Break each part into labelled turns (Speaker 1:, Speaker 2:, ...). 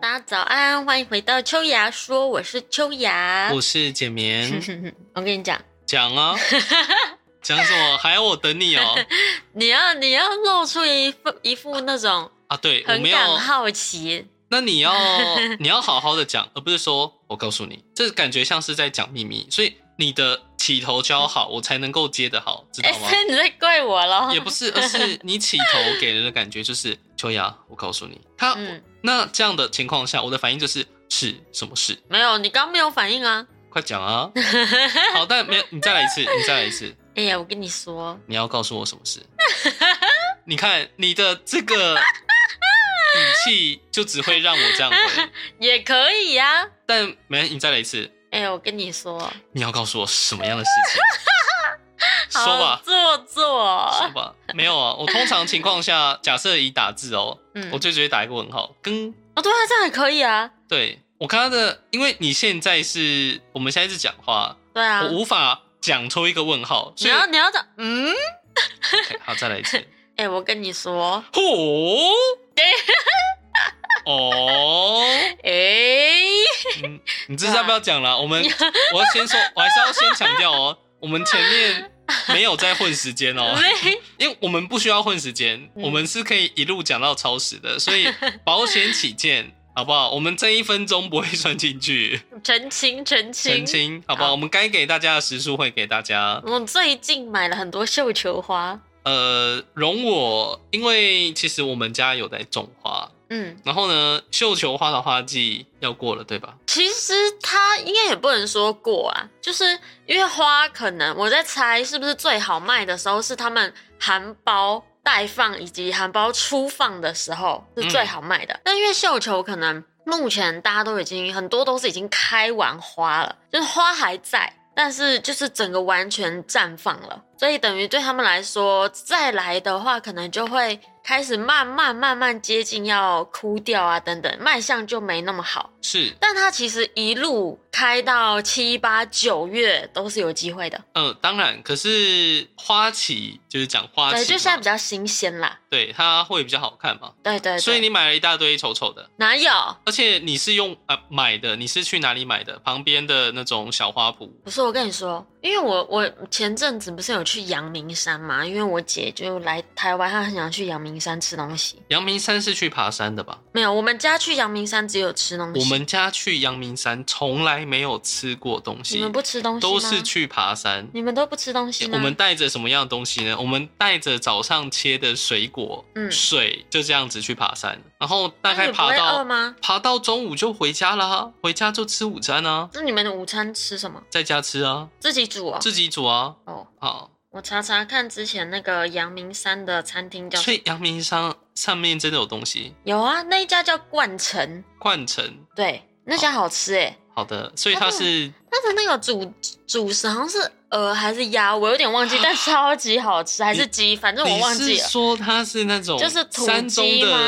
Speaker 1: 大家早安，欢迎回到秋芽说，我是秋芽。
Speaker 2: 我是简眠，
Speaker 1: 我跟你讲，
Speaker 2: 讲啊，讲什么？还要我等你哦？
Speaker 1: 你要你要露出一副一副那种
Speaker 2: 啊，对，我
Speaker 1: 很
Speaker 2: 没有。
Speaker 1: 感好奇，
Speaker 2: 那 你要你要好好的讲，而不是说我告诉你，这感觉像是在讲秘密。所以你的起头就要好，我才能够接得好，知道
Speaker 1: 哎、
Speaker 2: 吗
Speaker 1: 所？以你在怪我咯？
Speaker 2: 也不是，而是你起头给人的感觉就是秋雅，我告诉你，他、
Speaker 1: 嗯，
Speaker 2: 那这样的情况下，我的反应就是是什么事？
Speaker 1: 没有，你刚没有反应啊。
Speaker 2: 快讲 啊！好，但没有，你再来一次，你再来一次，
Speaker 1: 哎呀，我跟你说，
Speaker 2: 你要告诉我什么事？ 你看你的这个语气，就只会让我这样回。
Speaker 1: 也可以呀、啊。
Speaker 2: 但没，你再来一次，
Speaker 1: 哎、我跟你说，
Speaker 2: 你要告诉我什么样的事情？说
Speaker 1: 好
Speaker 2: 吧，
Speaker 1: 做
Speaker 2: 说
Speaker 1: 作，
Speaker 2: 吧，没有啊。我通常情况下，假设以打字哦，
Speaker 1: 嗯
Speaker 2: 我，就直接打一个问号，跟
Speaker 1: 哦，对啊，这样也可以啊，
Speaker 2: 对我刚刚的，因为你现在是我们现在是讲话，
Speaker 1: 对啊
Speaker 2: 我。无法讲出一个问号，
Speaker 1: 你
Speaker 2: 所以
Speaker 1: 要你要的，嗯，
Speaker 2: OK，好，再来 一次。
Speaker 1: 哎、我跟你说，
Speaker 2: 哦，哦，
Speaker 1: 哎、
Speaker 2: 嗯，你这是要不要讲了？我们
Speaker 1: 啊
Speaker 2: 我要先说，我还是要先强调哦，我们前面没有在混时间哦，
Speaker 1: 没
Speaker 2: 因为我们不需要混时间，
Speaker 1: 嗯
Speaker 2: 我们是可以一路讲到超时的， 所以保险起见，好不好？我们这一分钟不会算进去。
Speaker 1: 澄清澄
Speaker 2: 澄
Speaker 1: 清。
Speaker 2: 清，好不好？
Speaker 1: 好
Speaker 2: 我们该给大家的时数会给大家。
Speaker 1: 我最近买了很多绣球花，
Speaker 2: 呃，容我，因为其实我们家有在种花，
Speaker 1: 嗯，
Speaker 2: 然后呢，绣球花的花季要过了，对吧？
Speaker 1: 其实它应该也不能说过啊，就是因为花可能我在猜是不是最好卖的时候是他们含苞待放以及含苞初放的时候是最好卖的，但因为绣球可能目前大家都已经很多都是已经开完花了，就是花还在。但是就是整个完全绽放了，所以等于对他们来说，再来的话可能就会开始慢慢慢慢接近要枯掉啊等等，卖相就没那么好。
Speaker 2: 是，
Speaker 1: 但它其实一路开到七八九月都是有机会的，
Speaker 2: 嗯、当然，可是花期就是讲花期嘛，
Speaker 1: 对，就现在比较新鲜啦，
Speaker 2: 对它会比较好看嘛。
Speaker 1: 对对对。
Speaker 2: 所以你买了一大堆丑丑的，
Speaker 1: 哪有？
Speaker 2: 而且你是用啊、呃、买的，你是去哪里买的？旁边的那种小花圃，
Speaker 1: 不是我跟你说，因为我我前阵子不是有去阳明山嘛，因为我姐就来台湾，她很想去阳明山吃东西。
Speaker 2: 阳明山是去爬山的吧？
Speaker 1: 没有，我们家去阳明山只有吃东西，
Speaker 2: 我们家去阳明山从来没有吃过东西，
Speaker 1: 你们不吃东西吗
Speaker 2: 都是去爬山。
Speaker 1: 你们都不吃东西吗？
Speaker 2: 我们带着什么样的东西呢？我们带着早上切的水果、
Speaker 1: 嗯
Speaker 2: 水，就这样子去爬山，然后大
Speaker 1: 那
Speaker 2: 概
Speaker 1: 你不
Speaker 2: 爬
Speaker 1: 会饿
Speaker 2: 到
Speaker 1: 吗？
Speaker 2: 爬到中午就回家啦，回家就吃午餐啊，
Speaker 1: 那你们的午餐吃什么？
Speaker 2: 在家吃啊，
Speaker 1: 自己煮哦。
Speaker 2: 自己煮啊。
Speaker 1: 哦，
Speaker 2: 好，
Speaker 1: 我查查看之前那个阳明山的餐厅叫什么
Speaker 2: 所以阳明山上面真的有东西，
Speaker 1: 有啊，那一家叫冠城，
Speaker 2: 冠城。
Speaker 1: 对，那家好吃哎、
Speaker 2: 好的，所以它是
Speaker 1: 它的那个主主食好像是鹅还是鸭，我有点 忘记，但超级好吃，还是鸡，反啊正我
Speaker 2: 你
Speaker 1: 忘
Speaker 2: 是
Speaker 1: 记了。
Speaker 2: 说它是那种
Speaker 1: 就是土鸡吗
Speaker 2: 山中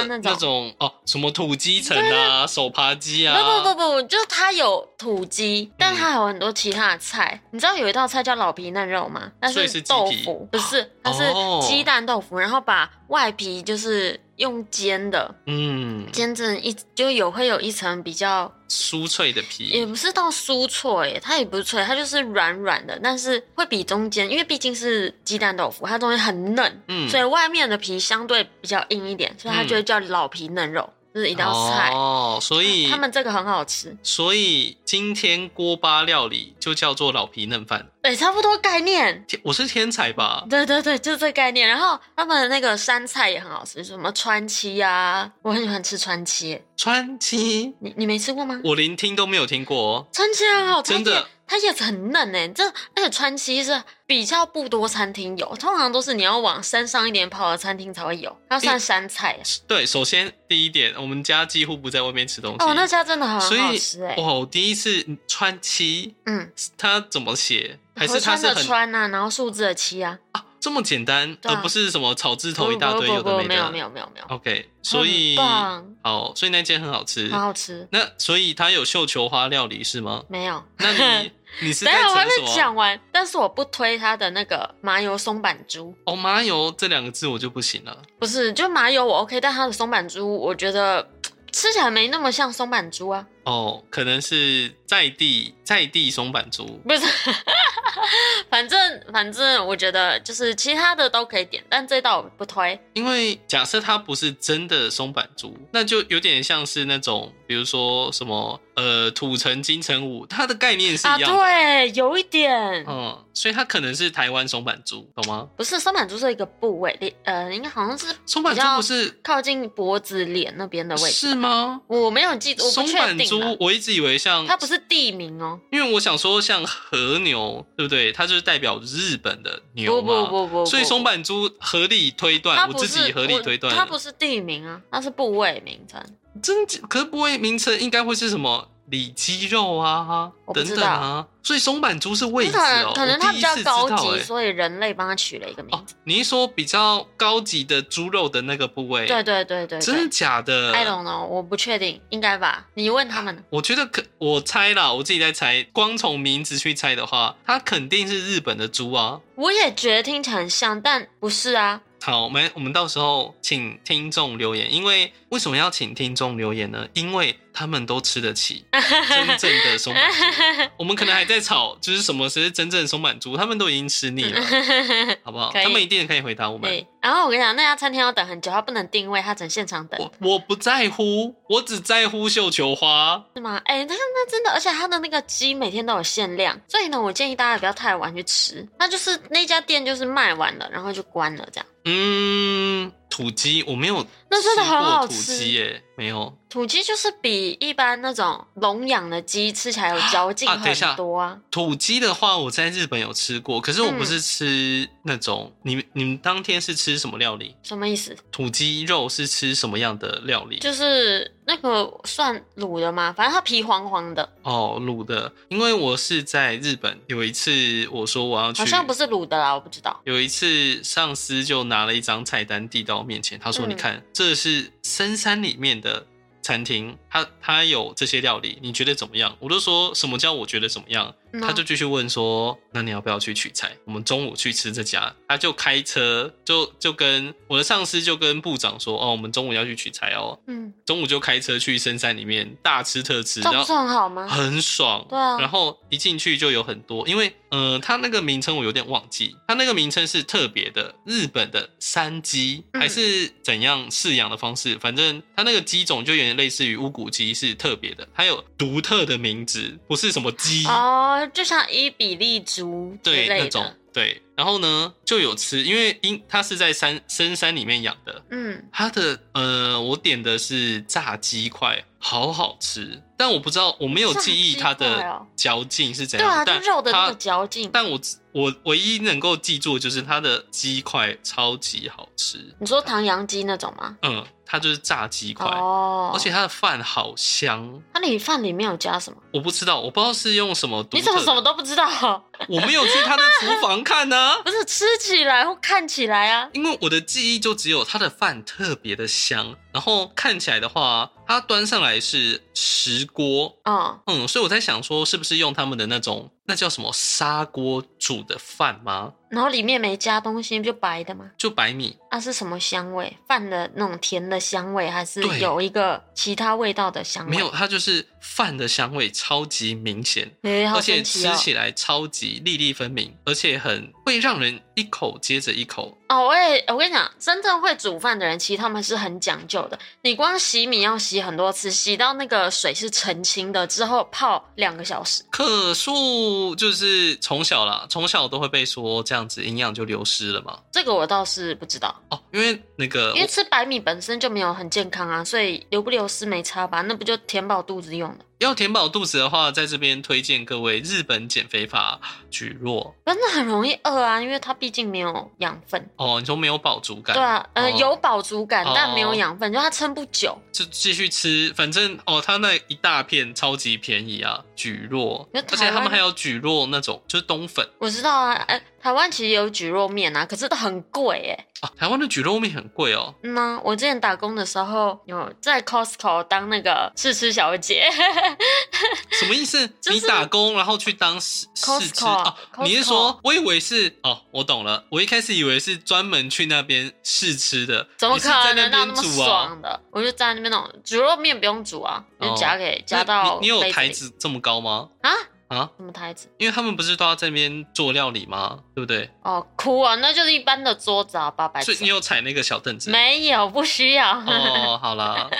Speaker 1: 那种
Speaker 2: 的那种哦，什么土鸡城啊、手扒鸡啊？
Speaker 1: 不不不不，就是它有土鸡，
Speaker 2: 嗯
Speaker 1: 但它还有很多其他的菜。你知道有一道菜叫老皮嫩肉吗？那
Speaker 2: 所以
Speaker 1: 是
Speaker 2: 是鸡
Speaker 1: 豆
Speaker 2: 皮
Speaker 1: 腐，不是，它是
Speaker 2: 哦
Speaker 1: 鸡蛋豆腐，然后把外皮就是用煎的，
Speaker 2: 嗯，
Speaker 1: 煎成一就有会有一层比较
Speaker 2: 酥脆的
Speaker 1: 也
Speaker 2: 皮，
Speaker 1: 不是到酥脆耶，它也不是脆，它就是软软的，但是会比中间，因为毕竟是鸡蛋豆腐，它中间很嫩，
Speaker 2: 嗯
Speaker 1: 所以外面的皮相对比较硬一点，所以它就会叫老皮嫩肉，这是一道菜。
Speaker 2: 哦，所以
Speaker 1: 他们这个很好吃，
Speaker 2: 所以今天锅巴料理就叫做老皮嫩饭。
Speaker 1: 对，差不多概念。
Speaker 2: 天我是天才吧？
Speaker 1: 对对对，就是这概念。然后他们的那个山菜也很好吃，什么川七啊，我很喜欢吃川七，
Speaker 2: 川七，
Speaker 1: 你你没吃过吗？
Speaker 2: 我连听都没有听过哦。
Speaker 1: 川七很好吃，
Speaker 2: 真的
Speaker 1: 它叶，它叶子很嫩诶，这而且川崎是比较不多餐厅有，通常都是你要往山上一点跑的餐厅才会有，它算山菜、啊
Speaker 2: 对，首先第一点，我们家几乎不在外面吃东西。
Speaker 1: 哦，那家真的很
Speaker 2: 所
Speaker 1: 好
Speaker 2: 以
Speaker 1: 吃诶。
Speaker 2: 哇，我哦第一次川七，
Speaker 1: 嗯，
Speaker 2: 它怎么写？还
Speaker 1: 河
Speaker 2: 是它
Speaker 1: 川
Speaker 2: 是
Speaker 1: 的
Speaker 2: 很
Speaker 1: 川啊，然后数字的七啊，
Speaker 2: 啊这么简单，
Speaker 1: 对啊
Speaker 2: 而不是什么草字
Speaker 1: 不
Speaker 2: 头一大堆
Speaker 1: 不不
Speaker 2: 有
Speaker 1: 不
Speaker 2: 的
Speaker 1: 没有
Speaker 2: 的。
Speaker 1: 没有没有没有，
Speaker 2: OK，所以
Speaker 1: 很棒
Speaker 2: 好，所以那间很好吃
Speaker 1: 很。好吃，
Speaker 2: 那所以它有绣球花料理是 吗？
Speaker 1: 没有。
Speaker 2: 那你你是
Speaker 1: 等
Speaker 2: 在
Speaker 1: 一下我还
Speaker 2: 整
Speaker 1: 没
Speaker 2: 什么？
Speaker 1: 讲完，但是我不推它的那个麻油松板猪，
Speaker 2: 哦，麻油这两个字我就不行了。
Speaker 1: 不是就麻油我 OK，但它的松板猪我觉得。吃起来没那么像松板猪啊，
Speaker 2: 哦，可能是在地在地松板猪，
Speaker 1: 不是， 反正反正我觉得就是其他的都可以点，但这道我不推。
Speaker 2: 因为假设它不是真的松板猪，那就有点像是那种，比如说什么呃土城金城武，它的概念是
Speaker 1: 啊，
Speaker 2: 一样的。
Speaker 1: 对，有一点，
Speaker 2: 嗯，所以它可能是台湾松板猪，懂吗？
Speaker 1: 不是松板猪是一个部位，你呃，应该好像是
Speaker 2: 松板猪不是
Speaker 1: 靠近脖子、脸那边的位置。
Speaker 2: 是吗？
Speaker 1: 我没有记，我不
Speaker 2: 松
Speaker 1: 确
Speaker 2: 板
Speaker 1: 定
Speaker 2: 猪嗯
Speaker 1: 啦，，
Speaker 2: 我一直以为像，
Speaker 1: 它不是地名哦、
Speaker 2: 因为我想说像和牛，对不对？它就是代表日本的牛
Speaker 1: 不
Speaker 2: 嘛。
Speaker 1: 不不不不，
Speaker 2: 所以松板猪合理推
Speaker 1: 它
Speaker 2: 断，我
Speaker 1: 不
Speaker 2: 自
Speaker 1: 是
Speaker 2: 己合理
Speaker 1: 我
Speaker 2: 推断的，
Speaker 1: 它不是地名啊，它是部位名称。
Speaker 2: 真假可是部位名称应该会是什么里脊肉啊
Speaker 1: 我不
Speaker 2: 等
Speaker 1: 知道
Speaker 2: 等啊，所以松板猪是位置
Speaker 1: 可
Speaker 2: 哦
Speaker 1: 能，可能它
Speaker 2: 我第
Speaker 1: 比
Speaker 2: 一
Speaker 1: 较
Speaker 2: 次知
Speaker 1: 高
Speaker 2: 道
Speaker 1: 级，
Speaker 2: 欸
Speaker 1: 所以人类帮它取了一个名
Speaker 2: 哦
Speaker 1: 字。，
Speaker 2: 你一说比较高级的猪肉的那个部位，
Speaker 1: 对对对对
Speaker 2: 真
Speaker 1: 对
Speaker 2: 的假的？
Speaker 1: ，I don't know，我不确定，应该吧？你问他们。
Speaker 2: 我觉得可我猜啦，我自己在猜，光从名字去猜的话，它肯定是日本的猪啊。
Speaker 1: 我也觉得听起来很像，但不是啊。
Speaker 2: 好，我们我们到时候请听众留言，因为为什么要请听众留言呢？因为他们都吃得起 真正的松板猪，我们可能还在吵，就是什么是真正的松板猪，他们都已经吃腻 了，好不好？
Speaker 1: 可以
Speaker 2: 他们一定可以回答啊我们。
Speaker 1: 对，然后我跟你讲，那家餐厅要等很久，它不能定位，它只能现场等，
Speaker 2: 我我不在乎，我只在乎绣球花。
Speaker 1: 是吗？哎、那那真的，而且它的那个鸡每天都有限量，所以呢，我建议大家不要太晚去吃。它就是那家店就是卖完了，然后就关了这样。
Speaker 2: 嗯，土鸡我没有，
Speaker 1: 那真的很好
Speaker 2: 土
Speaker 1: 吃
Speaker 2: 鸡耶，没有。
Speaker 1: 土鸡就是比一般那种笼养的鸡吃起来有嚼劲
Speaker 2: 啊等一下
Speaker 1: 很多啊。
Speaker 2: 土鸡的话，我在日本有吃过，可是
Speaker 1: 嗯
Speaker 2: 我不是吃那种。你们你们当天是吃什么料理？
Speaker 1: 什么意思？
Speaker 2: 土鸡肉是吃什么样的料理？
Speaker 1: 就是那个算卤的吗？反正它皮黄黄的，
Speaker 2: 哦，卤的。因为我是在日本有一次，我说我要去，
Speaker 1: 好像不是卤的啦，我不知道。
Speaker 2: 有一次上司就拿了一张菜单递到我面前，他说：“
Speaker 1: 嗯
Speaker 2: 你看，这是深山里面的餐厅，他他有这些料理，你觉得怎么样？”我就说什么叫我觉得怎么样？
Speaker 1: 嗯啊
Speaker 2: 他就继续问说：“那你要不要去取材？我们中午去吃这家。”他就开车，就就跟我的上司就跟部长说：“哦，我们中午要去取材哦。
Speaker 1: 嗯，”
Speaker 2: 中午就开车去深山里面大吃特吃，
Speaker 1: 这
Speaker 2: 然
Speaker 1: 样不是
Speaker 2: 后
Speaker 1: 很好吗？
Speaker 2: 很爽。
Speaker 1: 对啊
Speaker 2: 然后一进去就有很多，因为呃，它那个名称我有点忘记，它那个名称是特别的，日本的山鸡
Speaker 1: 嗯
Speaker 2: 还是怎样饲养的方式，反正它那个鸡种就有点类似于乌骨鸡，是特别的，它有独特的名字，不是什么鸡。
Speaker 1: 哦，就像伊比利猪之
Speaker 2: 对那
Speaker 1: 类
Speaker 2: 种
Speaker 1: 的。
Speaker 2: 对，然后呢就有吃，因为因它是在山深山里面养的，
Speaker 1: 嗯，
Speaker 2: 它的呃我点的是炸鸡块，好好吃，但我不知道我没有
Speaker 1: 炸
Speaker 2: 记忆
Speaker 1: 鸡
Speaker 2: 它
Speaker 1: 块
Speaker 2: 的
Speaker 1: 哦
Speaker 2: 嚼劲是怎
Speaker 1: 对
Speaker 2: 样，
Speaker 1: 啊，就
Speaker 2: 但
Speaker 1: 肉的那
Speaker 2: 它
Speaker 1: 个嚼劲。
Speaker 2: 但我只我唯一能够记住的就是它的鸡块超级好吃，
Speaker 1: 你说唐扬鸡那种吗？
Speaker 2: 嗯，它就是炸鸡块，
Speaker 1: 哦，
Speaker 2: 而且它的饭好香，
Speaker 1: 它里饭里面有加什么？
Speaker 2: 我不知道，我不知道是用什么独
Speaker 1: 你
Speaker 2: 特
Speaker 1: 怎
Speaker 2: 的，
Speaker 1: 么什么都不知道？
Speaker 2: 我没有去它的厨房看呢、
Speaker 1: 不是吃起来或看起来啊？
Speaker 2: 因为我的记忆就只有它的饭特别的香，然后看起来的话，它端上来是石锅，
Speaker 1: 嗯，
Speaker 2: 嗯，所以我在想说，是不是用他们的那种那叫什么砂锅煮的饭吗？
Speaker 1: 然后里面没加东西，不就白的吗？
Speaker 2: 就白米，
Speaker 1: 那、是什么香味？饭的那种甜的香味，还是
Speaker 2: 对
Speaker 1: 有一个其他味道的香味？
Speaker 2: 没有，，它就是饭的香味超级明显，
Speaker 1: 哎、好
Speaker 2: 而且
Speaker 1: 神奇
Speaker 2: 吃
Speaker 1: 哦！
Speaker 2: 起来超级粒粒分明，而且很会让人一口接着一口。
Speaker 1: 哦，我也我跟你讲，真正会煮饭的人，其实他们是很讲究的。你光洗米要洗很多次，洗到那个水是澄清的，之后泡两个小时。
Speaker 2: 可树就是从小啦，从小都会被说这样子营养就流失了嘛。
Speaker 1: 这个我倒是不知道，
Speaker 2: 哦，因为那个
Speaker 1: 因为
Speaker 2: 我
Speaker 1: 吃白米本身就没有很健康啊，所以流不流失没差吧？那不就填饱肚子用的？
Speaker 2: 要填饱肚子的话，在这边推荐各位日本减肥法举弱
Speaker 1: 真的很容易饿啊，因为它毕竟没有养分。
Speaker 2: 哦。你说没有饱足感，
Speaker 1: 对啊，呃，
Speaker 2: 哦
Speaker 1: 有饱足感，
Speaker 2: 哦
Speaker 1: 但没有养分，就它撑不久。
Speaker 2: 就继续吃，反正哦，它那一大片超级便宜啊，蒟蒻，
Speaker 1: 那
Speaker 2: 而
Speaker 1: 台
Speaker 2: 且
Speaker 1: 湾
Speaker 2: 他们还有蒟蒻那种就是冬粉，
Speaker 1: 呃我知道啊，哎、台湾其实有蒟蒻面啊，可是都很贵哎、
Speaker 2: 啊，台湾的蒟蒻面很贵哦。
Speaker 1: 嗯呐、我之前打工的时候有在 Costco 当那个试吃小姐，
Speaker 2: 什么意思？
Speaker 1: 就是
Speaker 2: 你打工然后去当试试吃
Speaker 1: Costco
Speaker 2: 哦
Speaker 1: 啊？
Speaker 2: 你是
Speaker 1: Costco
Speaker 2: 说，我以为是哦，我懂了，我一开始以为是专门去那边试吃的，
Speaker 1: 怎么
Speaker 2: 你是
Speaker 1: 可
Speaker 2: 在
Speaker 1: 能到那
Speaker 2: 那边
Speaker 1: 么
Speaker 2: 煮啊？
Speaker 1: 爽的？我就在那边弄煮肉面，不用煮啊，
Speaker 2: 哦
Speaker 1: 就夹给
Speaker 2: 那
Speaker 1: 夹到
Speaker 2: 你你有
Speaker 1: 杯
Speaker 2: 台
Speaker 1: 里
Speaker 2: 子这么高吗？
Speaker 1: 啊？
Speaker 2: 啊，
Speaker 1: 什么台子？
Speaker 2: 因为他们不是都要在那边做料理吗？对不对？
Speaker 1: 哦，哭啊，那就是一般的桌子啊，八百
Speaker 2: 所以你有踩那个小凳子？
Speaker 1: 没有，不需要。
Speaker 2: 哦，好啦，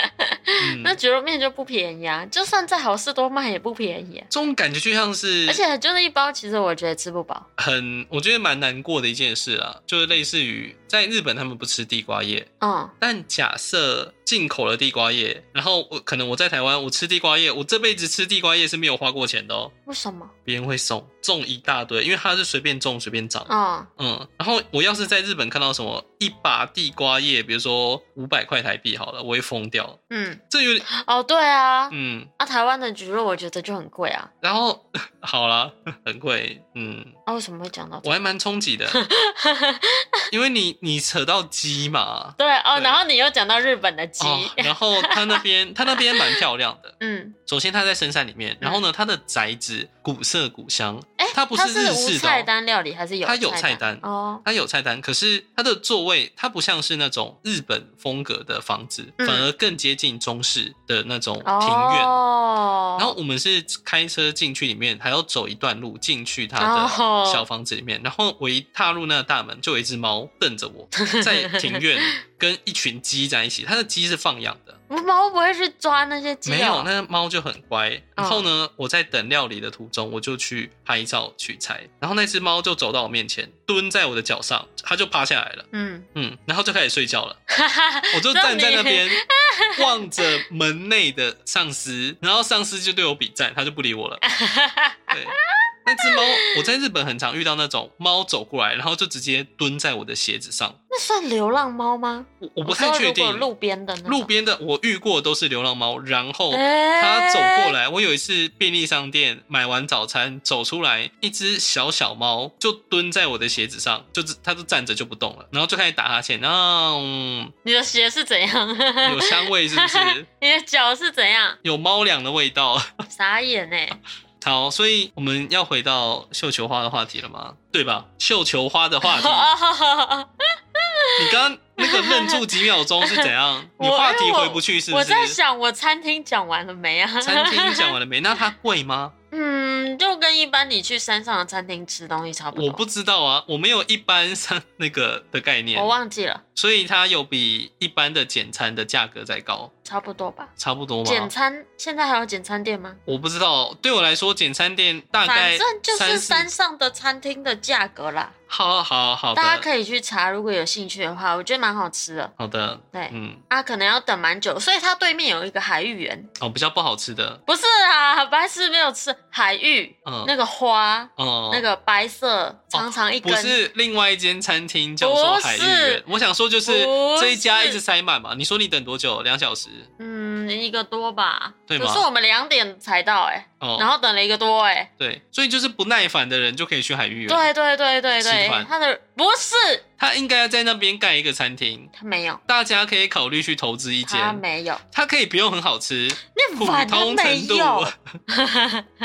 Speaker 2: 嗯，
Speaker 1: 那牛肉面就不便宜啊，就算在好事多卖也不便宜啊、
Speaker 2: 这种感觉就像是，
Speaker 1: 而且就那一包，其实我觉得吃不饱。
Speaker 2: 很，我觉得蛮难过的一件事啊，就是类似于在日本他们不吃地瓜叶，
Speaker 1: 嗯，
Speaker 2: 但假设进口了地瓜叶，然后我可能我在台湾我吃地瓜叶，我这辈子吃地瓜叶是没有花过钱的哦，
Speaker 1: 为什么？
Speaker 2: 别人会送种一大堆，因为它是随便种随便长，
Speaker 1: 嗯，
Speaker 2: 嗯，然后我要是在日本看到什么一把地瓜叶，比如说五百块台币好了，我会疯掉，
Speaker 1: 嗯，
Speaker 2: 这有点，
Speaker 1: 哦，对啊，
Speaker 2: 嗯，
Speaker 1: 啊，台湾的牛肉我觉得就很贵啊。
Speaker 2: 然后 好啦，很贵，嗯，
Speaker 1: 啊，为什么会讲到这
Speaker 2: 我还蛮 冲击的，因为你你扯到鸡嘛，
Speaker 1: 对哦，
Speaker 2: 对
Speaker 1: 然后你又讲到日本的鸡，
Speaker 2: 哦，然后他那边他那边蛮漂亮的。
Speaker 1: 嗯，
Speaker 2: 首先，它在深山里面，然后呢，它的宅子古色古香，
Speaker 1: 哎，
Speaker 2: 它不
Speaker 1: 它
Speaker 2: 是日
Speaker 1: 无
Speaker 2: 式的哦
Speaker 1: 菜单料理还是有？
Speaker 2: 它有菜单
Speaker 1: 哦，
Speaker 2: 它有菜单，可是它的座位它不像是那种日本风格的房子，
Speaker 1: 嗯
Speaker 2: 反而更接近中式的那种庭院。
Speaker 1: 哦，
Speaker 2: 然后我们是开车进去里面，还要走一段路进去它
Speaker 1: 哦
Speaker 2: 的小房子里面。然后我一踏入那个大门，就有一只 猫瞪着我，在庭院跟一群鸡在一起。它的鸡是放养的，
Speaker 1: 我猫不会去抓那些鸡哦，哦
Speaker 2: 没有那猫就很乖。然后呢，我在等料理的途中，我就去拍照取材。然后那只猫就走到我面前，蹲在我的脚上，它就趴下来了，
Speaker 1: 嗯，
Speaker 2: 嗯，然后就开始睡觉 了。
Speaker 1: 哈哈，
Speaker 2: 我就站在那边 望着门内的上司，然后上司就对我比赞，他就不理 我了。对，那只猫，我在日本很常遇到那种猫走过来，然后就直接蹲在我的鞋子上。
Speaker 1: 那算流浪猫吗？
Speaker 2: 我我
Speaker 1: 我
Speaker 2: 不太
Speaker 1: 说
Speaker 2: 确
Speaker 1: 如果
Speaker 2: 定，
Speaker 1: 路边的那种
Speaker 2: 路边的我遇过都是流浪猫，然后
Speaker 1: 哎
Speaker 2: 它走过来，我有一次便利商店买完早餐走出来，一只小小猫就蹲在我的鞋子上，就是它就站着就不动了，然后就开始打哈欠，然后、嗯、
Speaker 1: 你的鞋是怎样？
Speaker 2: 有香味是不是？
Speaker 1: 你的脚是怎样？
Speaker 2: 有猫粮的味道。
Speaker 1: 傻眼哎、
Speaker 2: 好，所以我们要回到绣球花的话题了吗？对吧？绣球花的 话题，
Speaker 1: 哦
Speaker 2: 你刚刚那个愣住几秒钟是怎样？
Speaker 1: 我
Speaker 2: 你话题回不去是不
Speaker 1: 我
Speaker 2: 是？
Speaker 1: 在想，我餐厅讲完了没啊？
Speaker 2: 餐厅讲完了没？那它贵吗？
Speaker 1: 嗯，就跟一般你去山上的餐厅吃东西差不多。
Speaker 2: 我不知道啊，我没有一般上那个的概念
Speaker 1: 我，忘记了，
Speaker 2: 所以它有比一般的简餐的价格再高，
Speaker 1: 差不多吧。
Speaker 2: 差不多吗
Speaker 1: 简？餐现在还有简餐店吗？
Speaker 2: 我不知道，对我来说，简餐店大
Speaker 1: 反
Speaker 2: 概
Speaker 1: 正就是
Speaker 2: 四
Speaker 1: 山上的餐厅的价格啦，
Speaker 2: 好好好
Speaker 1: 大家
Speaker 2: 的，
Speaker 1: 可以去查，如果有兴趣的话，我觉得蛮好吃的。
Speaker 2: 好的，
Speaker 1: 对
Speaker 2: 嗯，
Speaker 1: 啊，可能要等蛮久，所以它对面有一个海芋园，
Speaker 2: 哦，比较不好吃的，
Speaker 1: 不是啊，白痴没有吃海芋，
Speaker 2: 嗯，
Speaker 1: 那个花，
Speaker 2: 哦，
Speaker 1: 那个白色长长一根，
Speaker 2: 不是另外一间餐厅叫做海芋园，我想说就是
Speaker 1: 不是
Speaker 2: 这一家一直塞满嘛。你说你等多久？两小时
Speaker 1: 嗯，一个多吧。
Speaker 2: 对吗
Speaker 1: 可是我们两点才到哎、
Speaker 2: 哦。
Speaker 1: 然后等了一个多哎、
Speaker 2: 对，所以就是不耐烦的人就可以去海芋园。，
Speaker 1: 对对对对
Speaker 2: 吃
Speaker 1: 对
Speaker 2: 饭，
Speaker 1: 他的不是
Speaker 2: 他应该在那边盖一个餐厅，
Speaker 1: 他没有，
Speaker 2: 大家可以考虑去投资一
Speaker 1: 他
Speaker 2: 间。
Speaker 1: 没有，
Speaker 2: 它可以不用很好 吃，
Speaker 1: 那
Speaker 2: 普
Speaker 1: 碗他
Speaker 2: 通
Speaker 1: 没
Speaker 2: 程度
Speaker 1: 有，。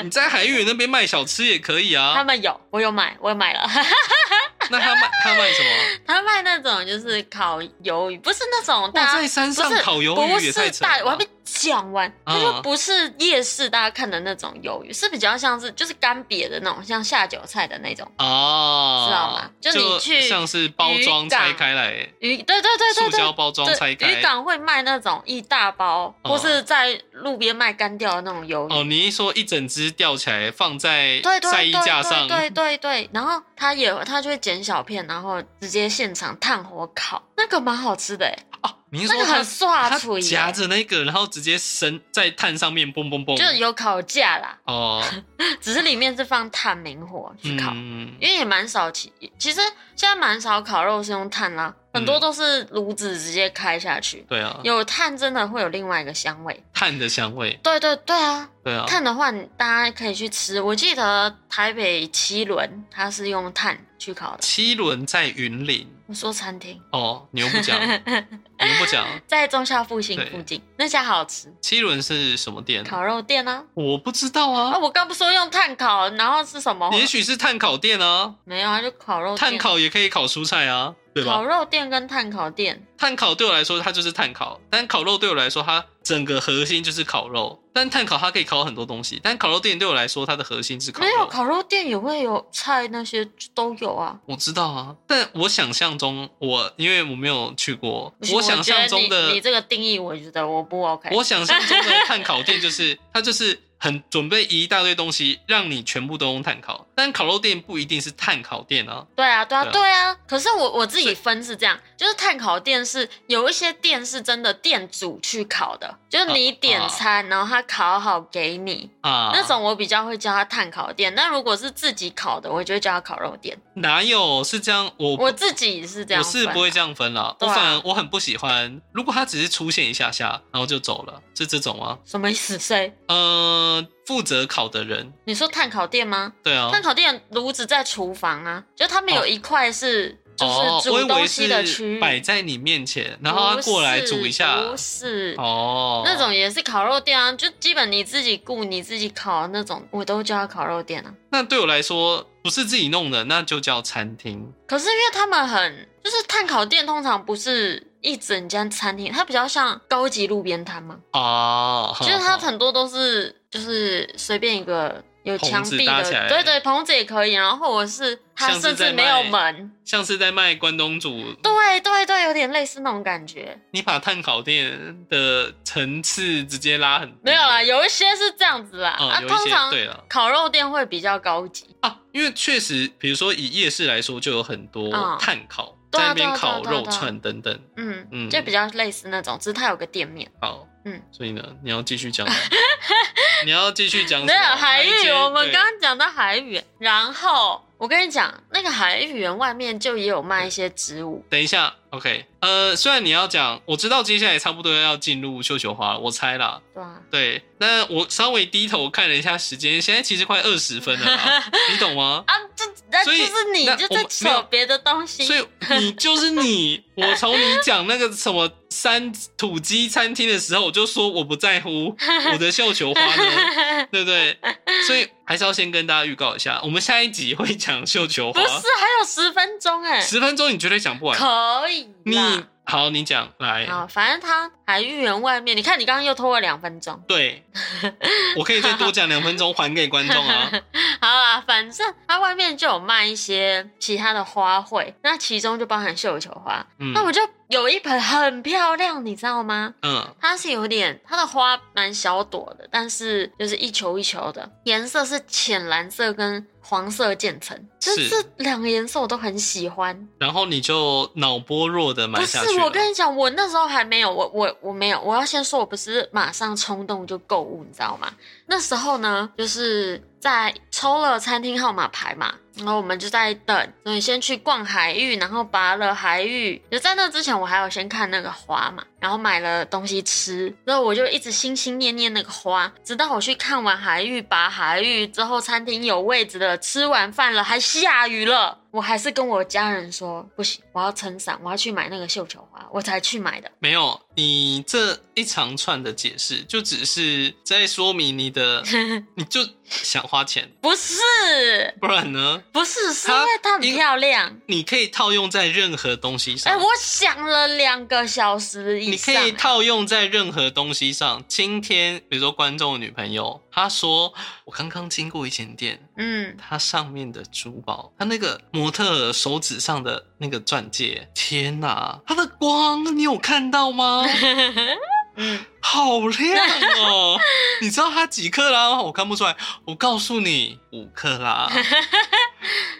Speaker 2: 你在海芋园那边卖小吃也可以
Speaker 1: 他
Speaker 2: 啊。
Speaker 1: 们有，我有买，我有买了。
Speaker 2: 那他卖他卖什么？
Speaker 1: 他卖那种就是烤鱿鱼，不是那种
Speaker 2: 哇，
Speaker 1: 大
Speaker 2: 在
Speaker 1: 家。
Speaker 2: 山
Speaker 1: 不
Speaker 2: 上
Speaker 1: 是
Speaker 2: 烤鱿
Speaker 1: 不
Speaker 2: 鱼也太
Speaker 1: 是
Speaker 2: 扯
Speaker 1: 大，我还
Speaker 2: 了吧
Speaker 1: 没。讲完，它
Speaker 2: 嗯
Speaker 1: 就不是夜市大家看的那种鱿鱼，是比较像是就是干瘪的那种，像下酒菜的那种
Speaker 2: 哦，
Speaker 1: 知道吗就你去
Speaker 2: 像是包
Speaker 1: 渔
Speaker 2: 装
Speaker 1: 港
Speaker 2: 拆开来，
Speaker 1: 鱼。对对对
Speaker 2: 塑
Speaker 1: 对对，
Speaker 2: 胶包装拆
Speaker 1: 对，
Speaker 2: 开
Speaker 1: 渔。港会卖那种一大包，
Speaker 2: 哦
Speaker 1: 或是在路边卖干掉的那种鱿鱼。
Speaker 2: 哦，你一说一整只吊起来放在
Speaker 1: 对对
Speaker 2: 晒
Speaker 1: 对
Speaker 2: 衣架上
Speaker 1: 对，对对对，然后它也它就会剪小片，然后直接现场炭火烤，那个蛮好吃的哎，
Speaker 2: 哦，你一
Speaker 1: 那
Speaker 2: 说
Speaker 1: 个
Speaker 2: 它
Speaker 1: 很刷
Speaker 2: 它
Speaker 1: 嘴欸耶，
Speaker 2: 夹着那个，然后直接伸在炭上面蹦蹦蹦，
Speaker 1: 就有烤架啦，
Speaker 2: 哦，
Speaker 1: 只是里面是放炭明火去烤，
Speaker 2: 嗯，
Speaker 1: 因为也蛮少其其实现在蛮少烤肉是用炭啦，很
Speaker 2: 嗯
Speaker 1: 多都是炉子直接开下去，
Speaker 2: 对啊，
Speaker 1: 有炭真的会有另外一个香味。
Speaker 2: 碳的香味，
Speaker 1: 对对对啊，
Speaker 2: 对啊，
Speaker 1: 碳的话你大家可以去吃。我记得台北七轮它是用炭去烤的。
Speaker 2: 七轮在云林
Speaker 1: 我说餐厅
Speaker 2: 哦，你又不 讲，你又不讲，
Speaker 1: 在中校复兴附近那家好吃，
Speaker 2: 七轮是什么店？
Speaker 1: 烤肉店啊。
Speaker 2: 我不知道
Speaker 1: 啊，
Speaker 2: 啊，
Speaker 1: 我刚不说用炭烤，然后是什么？
Speaker 2: 也许是炭烤店啊，
Speaker 1: 没有啊，就烤肉店
Speaker 2: 炭烤也可以烤蔬菜啊，对吧
Speaker 1: 烤？肉店跟炭烤店，
Speaker 2: 炭烤对我来说它就是炭烤，但烤肉对我来说它整个核心就是烤肉。但炭烤它可以烤很多东西，但烤肉店对我来说它的核心是烤肉。
Speaker 1: 没有烤肉店也会有菜那些都有啊。
Speaker 2: 我知道啊，但我想象中，我因为我没有去过，
Speaker 1: 不行
Speaker 2: 我想象中
Speaker 1: 觉得你
Speaker 2: 的
Speaker 1: 你这个定义，我觉得我不 OK。
Speaker 2: 我想象中的碳烤店就是它就是很准备一大堆东西，让你全部都用碳烤。但烤肉店不一定是碳烤店啊，
Speaker 1: 对啊，对啊，
Speaker 2: 对啊
Speaker 1: 对啊。可是我我自
Speaker 2: 所
Speaker 1: 己
Speaker 2: 以
Speaker 1: 分是这样，就是碳烤店是有一些店是真的店主去烤的，就是你点餐，然后他烤好给你、
Speaker 2: 啊，
Speaker 1: 那种，我比较会叫他碳烤店。但如果是自己烤的，我就会叫他烤肉店。
Speaker 2: 哪有是这样？我
Speaker 1: 我自己是这样
Speaker 2: 我
Speaker 1: 分
Speaker 2: 是
Speaker 1: 啊，
Speaker 2: 不会这样分啦，
Speaker 1: 对
Speaker 2: 我
Speaker 1: 啊
Speaker 2: 反而我很不喜欢，如果他只是出现一下下，然后就走了，是这种吗？
Speaker 1: 什么意思？谁？
Speaker 2: 呃，负责烤的人，
Speaker 1: 你说碳烤店吗？
Speaker 2: 对啊，
Speaker 1: 碳烤店炉子在厨房啊，就他们有
Speaker 2: 哦
Speaker 1: 一块是、
Speaker 2: 哦
Speaker 1: 就，是
Speaker 2: 我
Speaker 1: 煮
Speaker 2: 以为
Speaker 1: 东西的区
Speaker 2: 是
Speaker 1: 域，
Speaker 2: 摆在你面前，然后他过来煮一下
Speaker 1: 不，是。不是
Speaker 2: 哦，
Speaker 1: 那种也是烤肉店啊，就基本你自己雇你自己烤那种，我都叫它烤肉店啊。
Speaker 2: 那对我来说不是自己弄的，那就叫餐厅。
Speaker 1: 可是因为他们很，就是碳烤店通常不是一整间餐厅，它比较像高级路边摊嘛，
Speaker 2: 哦，
Speaker 1: 就是它
Speaker 2: 哼
Speaker 1: 很多都是就是随便一个有墙壁
Speaker 2: 棚子搭
Speaker 1: 的
Speaker 2: 起来，
Speaker 1: 对对，棚子也可以，然后或者是它
Speaker 2: 像是
Speaker 1: 甚至
Speaker 2: 在
Speaker 1: 没有
Speaker 2: 卖
Speaker 1: 门，
Speaker 2: 像是在卖关东煮，
Speaker 1: 对对对，有点类似那种感觉。
Speaker 2: 你把碳烤店的层次直接拉很低
Speaker 1: 没有啦，有一些是这样子啦，
Speaker 2: 嗯
Speaker 1: 啊，
Speaker 2: 有一
Speaker 1: 通
Speaker 2: 些
Speaker 1: 常
Speaker 2: 对了
Speaker 1: 烤肉店会比较高级，
Speaker 2: 啊，因为确实，比如说以夜市来说，就有很多
Speaker 1: 嗯
Speaker 2: 碳烤，
Speaker 1: 对
Speaker 2: 在
Speaker 1: 啊
Speaker 2: 那边
Speaker 1: 对啊对啊
Speaker 2: 烤
Speaker 1: 对啊
Speaker 2: 肉串等等。
Speaker 1: 嗯
Speaker 2: 嗯
Speaker 1: 嗯，就比较类似那种，只是它有个店面。
Speaker 2: 好，
Speaker 1: 嗯，
Speaker 2: 所以呢，你要 继续讲吗，你要继续嗯讲什么。
Speaker 1: 对啊，海
Speaker 2: 那一
Speaker 1: 芋，
Speaker 2: 间
Speaker 1: 我们
Speaker 2: 对
Speaker 1: 刚刚讲到海芋园，然后我跟你讲，那个海芋园外面就也有卖一些植物，
Speaker 2: 等一下，OK，呃，虽然你要讲，我知道接下来差不多要进入绣球花了，我猜啦，
Speaker 1: 对啊，
Speaker 2: 对，那我稍微低头看了一下时间，现在其实快二十分了 啦，你懂吗？
Speaker 1: 啊，这那就
Speaker 2: 所以
Speaker 1: 是你
Speaker 2: 那
Speaker 1: 就
Speaker 2: 我
Speaker 1: 在
Speaker 2: 们没有
Speaker 1: 扯别的东西，
Speaker 2: 所以你就是你，我从你讲那个什么山土鸡餐厅的时候，我就说我不在 乎我的绣球花呢，对不对？所以还是要先跟大家预告一下，我们下一集会讲绣球
Speaker 1: 不
Speaker 2: 花
Speaker 1: 是，还有十分钟哎、
Speaker 2: 啊十分钟你绝对讲不完。
Speaker 1: 可以
Speaker 2: 你
Speaker 1: 啦。
Speaker 2: 好，你讲来，
Speaker 1: 好，反正它海芋园外面，你看你刚刚又拖了两分钟。
Speaker 2: 对，我可以再多讲两分钟还给观众啊。
Speaker 1: 好啦，反正它外面就有卖一些其他的花卉，那其中就包含绣球花。
Speaker 2: 嗯
Speaker 1: 那我就有一盆很漂亮，你知道吗？
Speaker 2: 嗯，
Speaker 1: 它是有点，它的花蛮小朵的，但是就是一球一球的，颜色是浅蓝色跟黄色渐层，就是这两个颜色我都很喜欢。
Speaker 2: 然后你就脑波弱的
Speaker 1: 不
Speaker 2: 买
Speaker 1: 是
Speaker 2: 下去，了。
Speaker 1: 我跟你讲，我那时候还没有，我我我没有，我要先说，我不是马上冲动就购物，你知道吗？那时候呢，就是在抽了餐厅号码牌嘛，然后我们就在等，所以先去逛海域，然后拔了海域。就在那之前，我还有先看那个花嘛，然后买了东西吃，之后我就一直心心念念那个花，直到我去看完海域、拔海域之后，餐厅有位置了，吃完饭了，还下雨了。我还是跟我家人说，不行，我要撑伞，我要去买那个绣球花，我才去买的。
Speaker 2: 没有，你这一长串的解释就只是在说明你 的，你就想花钱，
Speaker 1: 不是，
Speaker 2: 不然呢，
Speaker 1: 不是，是因
Speaker 2: 它
Speaker 1: 为它很
Speaker 2: 因
Speaker 1: 漂亮。
Speaker 2: 你可以套用在任何东西
Speaker 1: 哎、
Speaker 2: 上。
Speaker 1: 我想了两个小时以
Speaker 2: 你可
Speaker 1: 上、哎
Speaker 2: 以套用在任何东西上。今天，比如说观众的女朋友，她说：“我刚刚经过一间店，
Speaker 1: 嗯，
Speaker 2: 它上面的珠宝，它那个模特儿手指上的那个钻戒，天哪，它的光你有看到吗？
Speaker 1: 嗯，
Speaker 2: 好亮哦！ 你知道它几克拉吗？我看不出来。我告诉你，五克拉。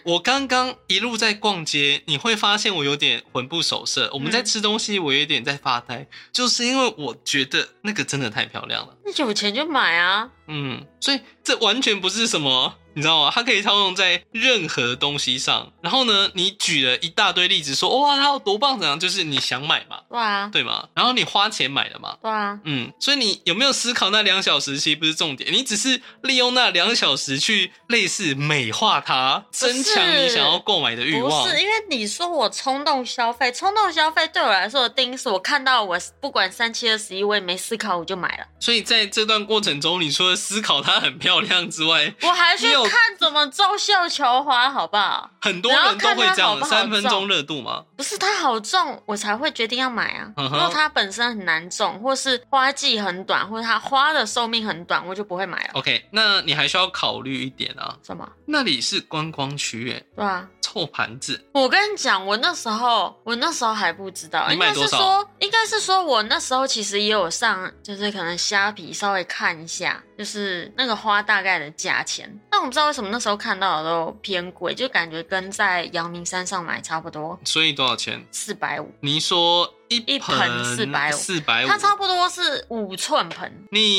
Speaker 2: 我刚刚一路在逛街，你会发现我有点魂不守舍。我们在吃东西，我有点在发呆，就是因为我觉得那个真的太漂亮了。
Speaker 1: 那有钱就买啊。
Speaker 2: 嗯，所以这完全不是什么你知道吗？它可以套用在任何东西上。然后呢，你举了一大堆例子说，哇，它有多棒怎样，就是你想买嘛，
Speaker 1: 对啊，
Speaker 2: 对吗？然后你花钱买了嘛，
Speaker 1: 对啊，
Speaker 2: 嗯，所以你有没有思考那两小时其实不是重点，你只是利用那两小时去类似美化它，
Speaker 1: 不是
Speaker 2: 增强你想要购买的欲望
Speaker 1: 不。是，因为你说我冲动消费，冲动消费对我来说的定义是我看到我不管三七二十一，我也没思考我就买了，
Speaker 2: 所以在这段过程中，你除了思考它很漂亮之外，
Speaker 1: 我还去
Speaker 2: 你有
Speaker 1: 看怎么种绣球花，好不好？
Speaker 2: 很多人都会这
Speaker 1: 然后看它好
Speaker 2: 样
Speaker 1: 不好
Speaker 2: 三分
Speaker 1: 中
Speaker 2: 钟热度嘛。
Speaker 1: 不是它好重，我才会决定要买啊。
Speaker 2: 嗯
Speaker 1: 如
Speaker 2: 哼
Speaker 1: 果它本身很难种，或是花季很短，或者它花的寿命很短，我就不会买了。
Speaker 2: OK，那你还需要考虑一点啊，
Speaker 1: 什么？
Speaker 2: 那里是观光区耶，
Speaker 1: 对啊，
Speaker 2: 臭盘子，
Speaker 1: 我跟你讲，我那时候我那时候还不知道，
Speaker 2: 你
Speaker 1: 应
Speaker 2: 买
Speaker 1: 该
Speaker 2: 多
Speaker 1: 是
Speaker 2: 少
Speaker 1: 说，应该是说我那时候其实也有上，就是可能虾皮稍微看一下，就是那个花大概的价钱。但我不知道为什么那时候看到的都偏贵，就感觉跟在阳明山上买差不多
Speaker 2: 所以多少钱？
Speaker 1: 四百五，
Speaker 2: 你说一
Speaker 1: 一盆450
Speaker 2: 四百五，
Speaker 1: 它差不多是五寸盆。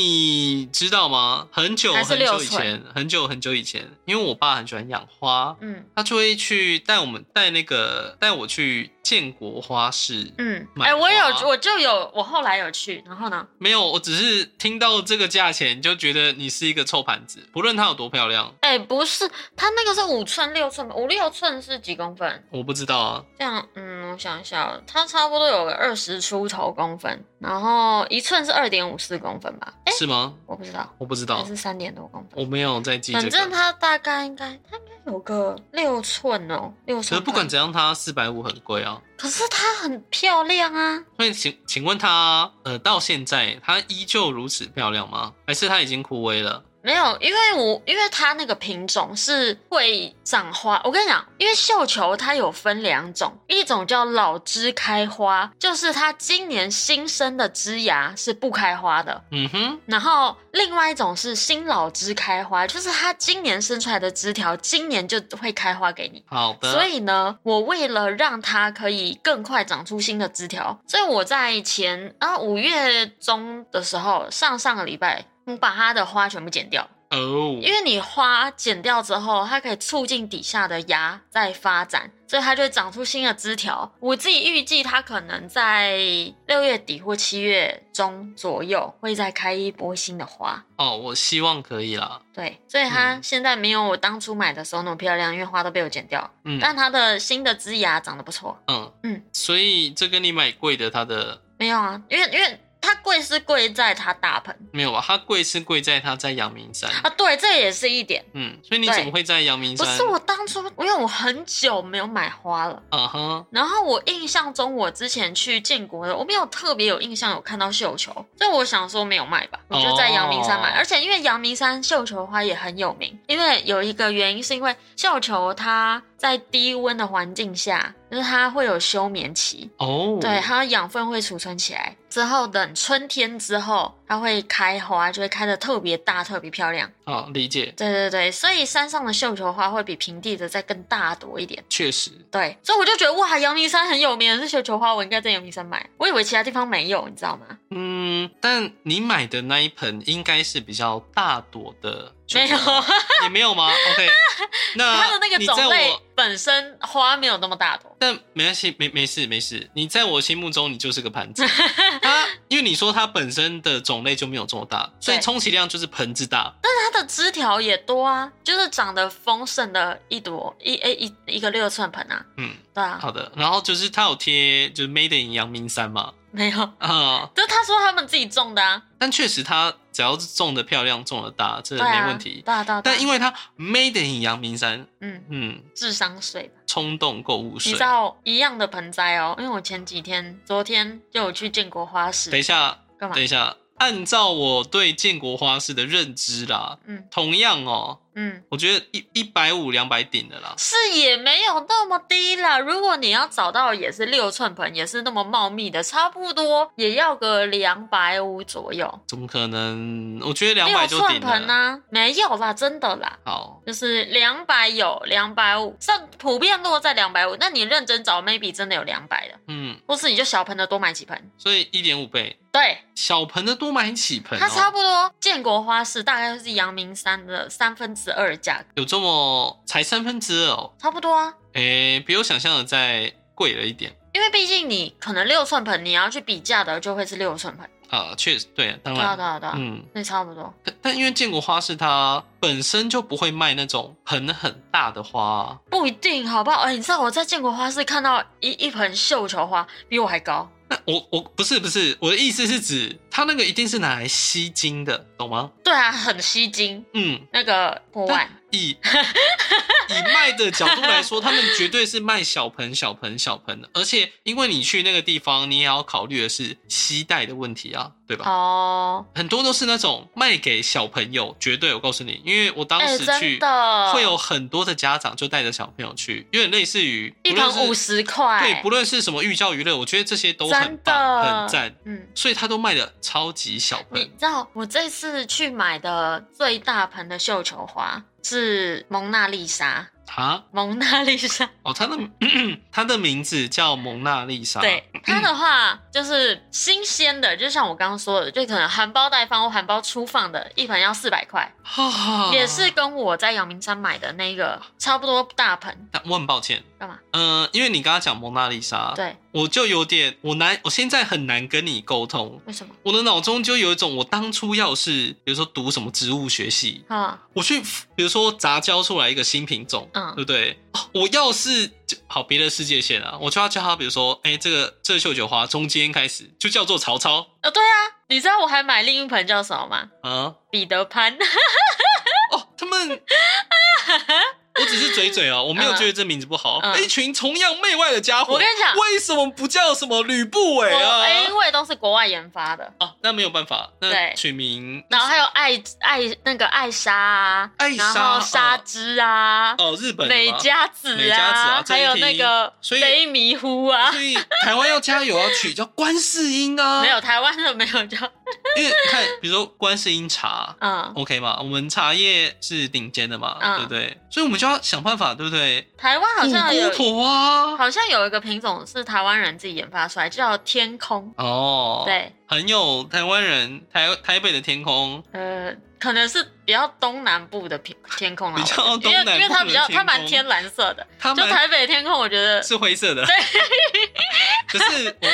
Speaker 2: 你知道吗？很久
Speaker 1: 还是
Speaker 2: 很
Speaker 1: 六
Speaker 2: 久以
Speaker 1: 寸
Speaker 2: 前，很久很久以前，因为我爸很喜欢养花，
Speaker 1: 嗯
Speaker 2: 他就会去带我们带那个带我去建国花市。
Speaker 1: 嗯，
Speaker 2: 买
Speaker 1: 哎、我
Speaker 2: 花
Speaker 1: 有，我就有，我后来有去，然后呢？
Speaker 2: 没有，我只是听到这个价钱就觉得你是一个臭盘子，不论它有多漂亮，
Speaker 1: 哎、不是，它那个是五寸六寸吧，五六寸是几公分？
Speaker 2: 我不知道啊。
Speaker 1: 这样，嗯，我想一下哦，它差不多有个二十出头公分，然后一寸是二点五四公分吧？哎、
Speaker 2: 是吗？
Speaker 1: 我不知道，
Speaker 2: 我不知
Speaker 1: 还
Speaker 2: 道，
Speaker 1: 是三点多公
Speaker 2: 哦我
Speaker 1: 分。
Speaker 2: 没有在记这
Speaker 1: 反正
Speaker 2: 个。
Speaker 1: 它大概应该，它应该有个六寸哦，六寸。
Speaker 2: 可是不管，怎样，它四百五很贵啊。
Speaker 1: 可是它很漂亮啊。
Speaker 2: 所以请请问它，呃，到现在它依旧如此漂亮吗？还是它已经枯萎了？
Speaker 1: 没有，因为我因为它那个品种是会长花。我跟你讲，因为绣球它有分两种，一种叫老枝开花，就是它今年新生的枝芽是不开花的，
Speaker 2: 嗯哼，
Speaker 1: 然后另外一种是新老枝开花，就是它今年生出来的枝条，今年就会开花给你。
Speaker 2: 好的。
Speaker 1: 所以呢，我为了让它可以更快长出新的枝条，所以我在前啊五月中的时候，上上个礼拜，我把它的花全部剪掉，
Speaker 2: 哦，
Speaker 1: 因为你花剪掉之后，它可以促进底下的芽在发展，所以它就会长出新的枝条。我自己预计它可能在六月底或七月中左右会再开一波新的花。
Speaker 2: 哦，我希望可以啦。
Speaker 1: 对，所以它
Speaker 2: 嗯
Speaker 1: 现在没有我当初买的时候那么漂亮，因为花都被我剪掉。
Speaker 2: 嗯
Speaker 1: 但它的新的枝芽长得不错。
Speaker 2: 嗯
Speaker 1: 嗯，
Speaker 2: 所以这跟你买贵的它的
Speaker 1: 没有啊，因为因为它贵是贵在它大盆
Speaker 2: 没有吧？啊它贵是贵在它在阳明山。
Speaker 1: 啊，对，这也是一点。
Speaker 2: 嗯，所以你
Speaker 1: 对
Speaker 2: 怎么会在阳明
Speaker 1: 不
Speaker 2: 山？
Speaker 1: 是我当初，因为我很久没有买花了。
Speaker 2: 嗯哼，
Speaker 1: 然后我印象中，我之前去建国的，我没有特别有印象有看到绣球，所以我想说没有卖吧，我就在阳明山买。
Speaker 2: 哦
Speaker 1: 而且因为阳明山绣球花也很有名，因为有一个原因是因为绣球它在低温的环境下，就是它会有休眠期，
Speaker 2: 哦，
Speaker 1: 对，它养分会储存起来，之后等春天之后，它会开花，就会开的特别大、特别漂亮。
Speaker 2: 好理解，
Speaker 1: 对对对，所以山上的绣球花会比平地的再更大朵一点。
Speaker 2: 确实。
Speaker 1: 对，所以我就觉得哇，阳明山很有名，这绣球花我应该在阳明山买。我以为其他地方没有，你知道吗？
Speaker 2: 嗯，但你买的那一盆应该是比较大朵的，
Speaker 1: 没有，
Speaker 2: 也没有吗？OK，那
Speaker 1: 它的那个
Speaker 2: 呃你
Speaker 1: 种
Speaker 2: 在
Speaker 1: 类
Speaker 2: 我
Speaker 1: 本身花没有那么大朵。
Speaker 2: 但没关系，没没事没事，你在我心目中你就是个盘 子。它因为你说它本身的种类就没有这么大，所以
Speaker 1: 对
Speaker 2: 充其量就是盆子大。
Speaker 1: 它的枝条也多啊，就是长得丰盛的一朵一诶一一个六寸盆啊，
Speaker 2: 嗯，
Speaker 1: 对啊，
Speaker 2: 好的。然后就是它有贴就是 Made in 阳明山嘛，
Speaker 1: 没有，
Speaker 2: 啊、
Speaker 1: 就他说他们自己种的啊，
Speaker 2: 但确实它只要是种的漂亮，种的大，这
Speaker 1: 对啊，
Speaker 2: 没问题。
Speaker 1: 对啊对啊，
Speaker 2: 但因
Speaker 1: 为
Speaker 2: 为它 Made in 阳明山，
Speaker 1: 嗯
Speaker 2: 嗯，
Speaker 1: 智商税吧，
Speaker 2: 冲动购物
Speaker 1: 你
Speaker 2: 税
Speaker 1: 知。道一样的盆栽哦，因为我前几天昨天就有去建国花市
Speaker 2: 等一，下，
Speaker 1: 干嘛
Speaker 2: 等？一下，按照我对建国花市的认知啦，
Speaker 1: 嗯
Speaker 2: 同样哦，
Speaker 1: 嗯。
Speaker 2: 我觉得一一百五两百顶的啦。
Speaker 1: 是也没有那么低啦。如果你要找到也是六寸盆，也是那么茂密的，差不多也要个两百五左右。
Speaker 2: 怎么可能？我觉得两百
Speaker 1: 六
Speaker 2: 就
Speaker 1: 寸
Speaker 2: 顶
Speaker 1: 盆
Speaker 2: 了。
Speaker 1: 呢、没有啦，真的啦，
Speaker 2: 好，
Speaker 1: 就是两百有两百五，上普遍落在两百五。那你认真找，maybe 真的有两百的。
Speaker 2: 嗯，
Speaker 1: 或是你就小盆的多买几盆。
Speaker 2: 所以一点五倍，
Speaker 1: 对，
Speaker 2: 小盆的多买几盆、哦，
Speaker 1: 它差不多建国花市大概就是阳明山的三分之二的价格，
Speaker 2: 有这么才三分之二哦，
Speaker 1: 差不多啊。
Speaker 2: 诶、比我想象的再贵了一点
Speaker 1: 因为毕竟你可能六寸盆，你要去比价的就会是六寸盆，
Speaker 2: 啊，确实对，当
Speaker 1: 对啊
Speaker 2: 然，
Speaker 1: 对啊对啊，
Speaker 2: 嗯，
Speaker 1: 那差不多。
Speaker 2: 但但因为建国花市它本身就不会卖那种盆很大的花啊、
Speaker 1: 不一定，好不好？哎、你知道我在建国花市看到一一盆绣球花，比我还高。
Speaker 2: 那我我不是不是，我的意思是指它那个一定是拿来吸金的，懂吗？
Speaker 1: 对啊，很吸睛。
Speaker 2: 嗯，
Speaker 1: 那个破
Speaker 2: 但
Speaker 1: 万，
Speaker 2: 以以卖的角度来说，他们绝对是卖小盆、小盆、小盆的，而且因为你去那个地方，你也要考虑的是携带的问题啊，对吧？
Speaker 1: 哦，
Speaker 2: 很多都是那种卖给小朋友，绝对我告诉你，因为我当
Speaker 1: 哎、
Speaker 2: 时
Speaker 1: 真
Speaker 2: 去。
Speaker 1: 的
Speaker 2: 会有很多的家长就带着小朋友去，有点类似于
Speaker 1: 一
Speaker 2: 不论
Speaker 1: 盆
Speaker 2: 是
Speaker 1: 五十块，
Speaker 2: 对，不论是什么寓教于乐，我觉得这些都很
Speaker 1: 真的
Speaker 2: 棒、很赞，
Speaker 1: 嗯。
Speaker 2: 所以他都卖的超级小
Speaker 1: 你
Speaker 2: 盆。
Speaker 1: 知道我这次去买的最大盆的绣球花是蒙娜丽莎，
Speaker 2: 啊，
Speaker 1: 蒙娜丽莎，
Speaker 2: 哦，他的 他的名字叫蒙娜丽莎，
Speaker 1: 对，它的话就是新鲜的，就像我刚刚说的，就可能含苞待放或含苞初放的，一盆要四百块，
Speaker 2: 哈
Speaker 1: 也是。跟我在阳明山买的那个差不多大盆。
Speaker 2: 但我很抱歉，
Speaker 1: 干嘛？
Speaker 2: 嗯、因为你刚刚讲蒙娜丽莎，
Speaker 1: 对，
Speaker 2: 我就有点，我难，我现在很难跟你沟通。
Speaker 1: 为什么？
Speaker 2: 我的脑中就有一种，我当初要是比如说读什么植物学系，
Speaker 1: 啊，
Speaker 2: 我去比如说杂交出来一个新品种，
Speaker 1: 嗯
Speaker 2: 对不对？哦我要是就好别的世界线啊，我就要叫它，比如说，哎、这个这个绣球花从今天开始就叫做曹操
Speaker 1: 呃、对啊，你知道我还买另一盆叫什么吗？
Speaker 2: 啊。
Speaker 1: 彼得 潘。
Speaker 2: 哦，他们，我只是嘴嘴哦，我没有觉得这名字不好。
Speaker 1: 嗯
Speaker 2: 一群崇洋媚外的家伙，
Speaker 1: 我跟你讲
Speaker 2: 为什么不叫什么吕不
Speaker 1: 我
Speaker 2: 韦啊？
Speaker 1: 因为都是国外研发的，
Speaker 2: 哦，那没有办法，
Speaker 1: 哎对
Speaker 2: 那取名
Speaker 1: 然后还有艾艾那个艾莎啊，
Speaker 2: 艾莎
Speaker 1: 然后沙之啊，
Speaker 2: 哦，日本的
Speaker 1: 美
Speaker 2: 吗。
Speaker 1: 加子
Speaker 2: 美加子
Speaker 1: 啊，
Speaker 2: 啊
Speaker 1: 还有那个
Speaker 2: 这一题所以
Speaker 1: 北迷糊啊，
Speaker 2: 所以台湾要加油，要啊取叫观世音啊，
Speaker 1: 没有，台湾的没有叫，
Speaker 2: 因为看，比如说观世音茶，
Speaker 1: 嗯，
Speaker 2: OK 嘛，我们茶叶是顶尖的嘛，
Speaker 1: 嗯
Speaker 2: 对不对？所以我们就要想办法，对不对？
Speaker 1: 台湾好像有
Speaker 2: 五，姑婆啊，
Speaker 1: 好像有一个品种是台湾人自己研发出来，叫天空，
Speaker 2: 哦，，
Speaker 1: 对，
Speaker 2: 很有台湾人台台北的天空，
Speaker 1: 呃，可能是比较东南部的天天空啦，啊
Speaker 2: 比较
Speaker 1: 我觉得
Speaker 2: 东南部的
Speaker 1: 因为因为它比较
Speaker 2: 天空
Speaker 1: 它蛮天蓝色的，
Speaker 2: 他
Speaker 1: 就
Speaker 2: 们
Speaker 1: 台北的天空，我觉得
Speaker 2: 是灰色的，可是我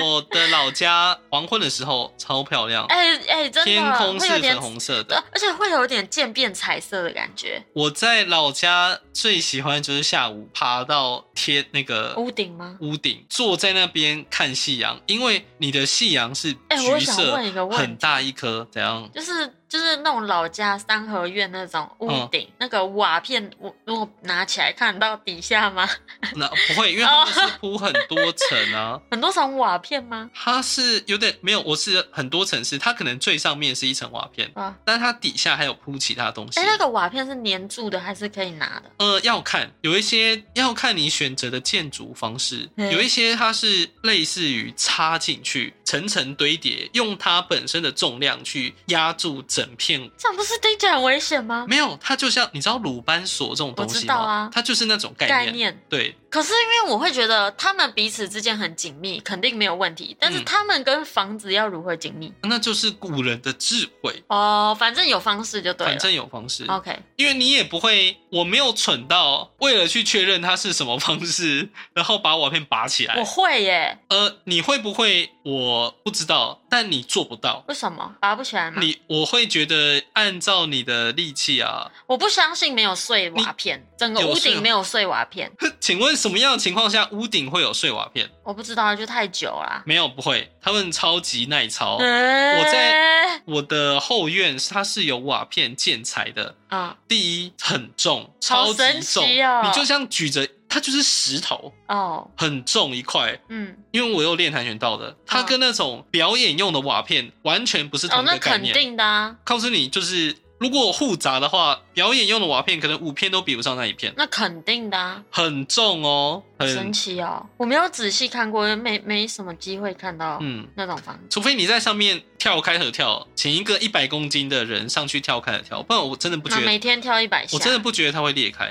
Speaker 2: 我的老家黄昏的时候超漂亮，
Speaker 1: 哎哎，真
Speaker 2: 天
Speaker 1: 的
Speaker 2: 空
Speaker 1: 会
Speaker 2: 是
Speaker 1: 有点
Speaker 2: 粉。红色
Speaker 1: 对
Speaker 2: 的。，
Speaker 1: 而且会有点渐变彩色的感觉。
Speaker 2: 我在老家最喜欢就是下午爬到天那个
Speaker 1: 屋顶吗？
Speaker 2: 屋顶，坐在那边看夕阳，因为你的夕阳是
Speaker 1: 哎我
Speaker 2: 橘
Speaker 1: 想
Speaker 2: 色，
Speaker 1: 问一个问题
Speaker 2: 很大一颗，怎样？
Speaker 1: 就是就是那种老家三合院那种屋顶，
Speaker 2: 嗯
Speaker 1: 那个瓦片，我如果拿起来看得到底下吗？
Speaker 2: 那不会，因为他们是铺很多层啊。
Speaker 1: 很多层瓦片吗？
Speaker 2: 它是有点没有，我是很多层是，它可能最上面是一层瓦片，
Speaker 1: 啊，
Speaker 2: 但它底下还有铺其他东西
Speaker 1: 哎、。那个瓦片是粘住的还是可以拿的？
Speaker 2: 呃，要看有一些要看你选择的建筑方式，
Speaker 1: 嗯
Speaker 2: 有一些它是类似于插进去，层层堆叠，用它本身的重量去压住整片
Speaker 1: 这样不是听起来很危险吗？
Speaker 2: 没有，它就像你知道鲁班锁这种东
Speaker 1: 我
Speaker 2: 西
Speaker 1: 知
Speaker 2: 吗？
Speaker 1: 道啊
Speaker 2: 它就是那种概念。
Speaker 1: 概念。
Speaker 2: 对，
Speaker 1: 可是因为我会觉得他们彼此之间很紧密，肯定没有问题。但是
Speaker 2: 嗯
Speaker 1: 他们跟房子要如何紧密？
Speaker 2: 那就是古人的智慧，
Speaker 1: 哦，反正有方式就对啊
Speaker 2: 反
Speaker 1: 了。
Speaker 2: 正有方式。
Speaker 1: OK，
Speaker 2: 因为你也不会，我没有蠢到为了去确认它是什么方式，然后把瓦片拔起
Speaker 1: 我
Speaker 2: 来。
Speaker 1: 会耶。
Speaker 2: 呃，你会不会？我不知道，但你做不到。
Speaker 1: 为什么拔不起来吗？
Speaker 2: 你我会觉得按照你的力气啊，
Speaker 1: 我不相信没有碎瓦片，整个
Speaker 2: 有
Speaker 1: 屋
Speaker 2: 碎
Speaker 1: 顶没有碎瓦片。
Speaker 2: 请问什么样的情况下屋顶会有碎瓦片？
Speaker 1: 我不知道，就太久啦。
Speaker 2: 没有，不会，他们超级耐操。
Speaker 1: 我
Speaker 2: 哦
Speaker 1: 哎
Speaker 2: 在我的后院它是有瓦片建材的，
Speaker 1: 啊
Speaker 2: 第一很重，超
Speaker 1: 好
Speaker 2: 级
Speaker 1: 神
Speaker 2: 重，
Speaker 1: 奇哦
Speaker 2: 你就像举着它就是石头，
Speaker 1: 哦，
Speaker 2: 很重一块。
Speaker 1: 嗯，
Speaker 2: 因为我有练跆拳道的，它跟那种表演用的瓦片完全不是同
Speaker 1: 哦，
Speaker 2: 一
Speaker 1: 那
Speaker 2: 个概
Speaker 1: 肯
Speaker 2: 念。
Speaker 1: 定的啊，
Speaker 2: 告诉你，就是如果互砸的话，表演用的瓦片可能五片都比不上那一片，
Speaker 1: 那肯定的啊，
Speaker 2: 很重哦，
Speaker 1: 嗯神
Speaker 2: 很
Speaker 1: 奇哦，我没有仔细看过，因为没没什么机会看到
Speaker 2: 嗯。
Speaker 1: 那种房子。
Speaker 2: 除非你在上面跳开合跳，请一个一百公斤的人上去跳开合跳，不然我真的不觉
Speaker 1: 那
Speaker 2: 得
Speaker 1: 每天跳一百下，
Speaker 2: 我真的不觉得它会裂开。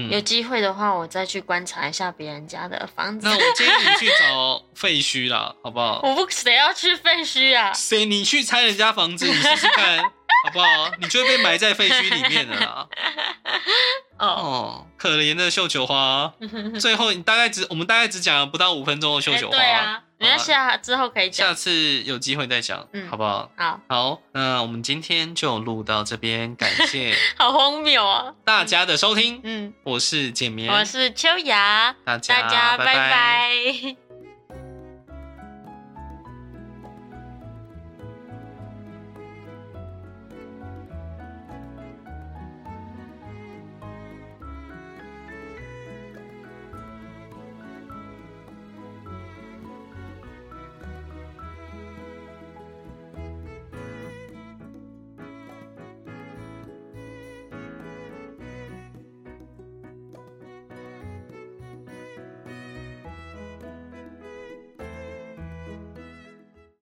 Speaker 2: 嗯
Speaker 1: 有机会的话，我再去观察一下别人家的房子
Speaker 2: 那。我建议你去找废墟啦，好不好？
Speaker 1: 我不谁要去废墟啊？
Speaker 2: 谁你去拆人家房子，你试试看，好不好？你就会被埋在废墟里面了啦。
Speaker 1: 哦，
Speaker 2: 哦，可怜的绣球花，最后你大概只我们大概只讲了不到五分钟的绣
Speaker 1: 嗯哎
Speaker 2: 球花，
Speaker 1: 对啊，人家下之后可以
Speaker 2: 下
Speaker 1: 讲。
Speaker 2: 次有机会再讲，
Speaker 1: 嗯
Speaker 2: 好不好？
Speaker 1: 好，
Speaker 2: 好，那我们今天就录到这边，感谢
Speaker 1: 好荒谬啊！
Speaker 2: 大家 的收听，
Speaker 1: 嗯，
Speaker 2: 我是简棉，
Speaker 1: 我是秋雅，
Speaker 2: 大家
Speaker 1: 大家拜
Speaker 2: 拜
Speaker 1: 拜。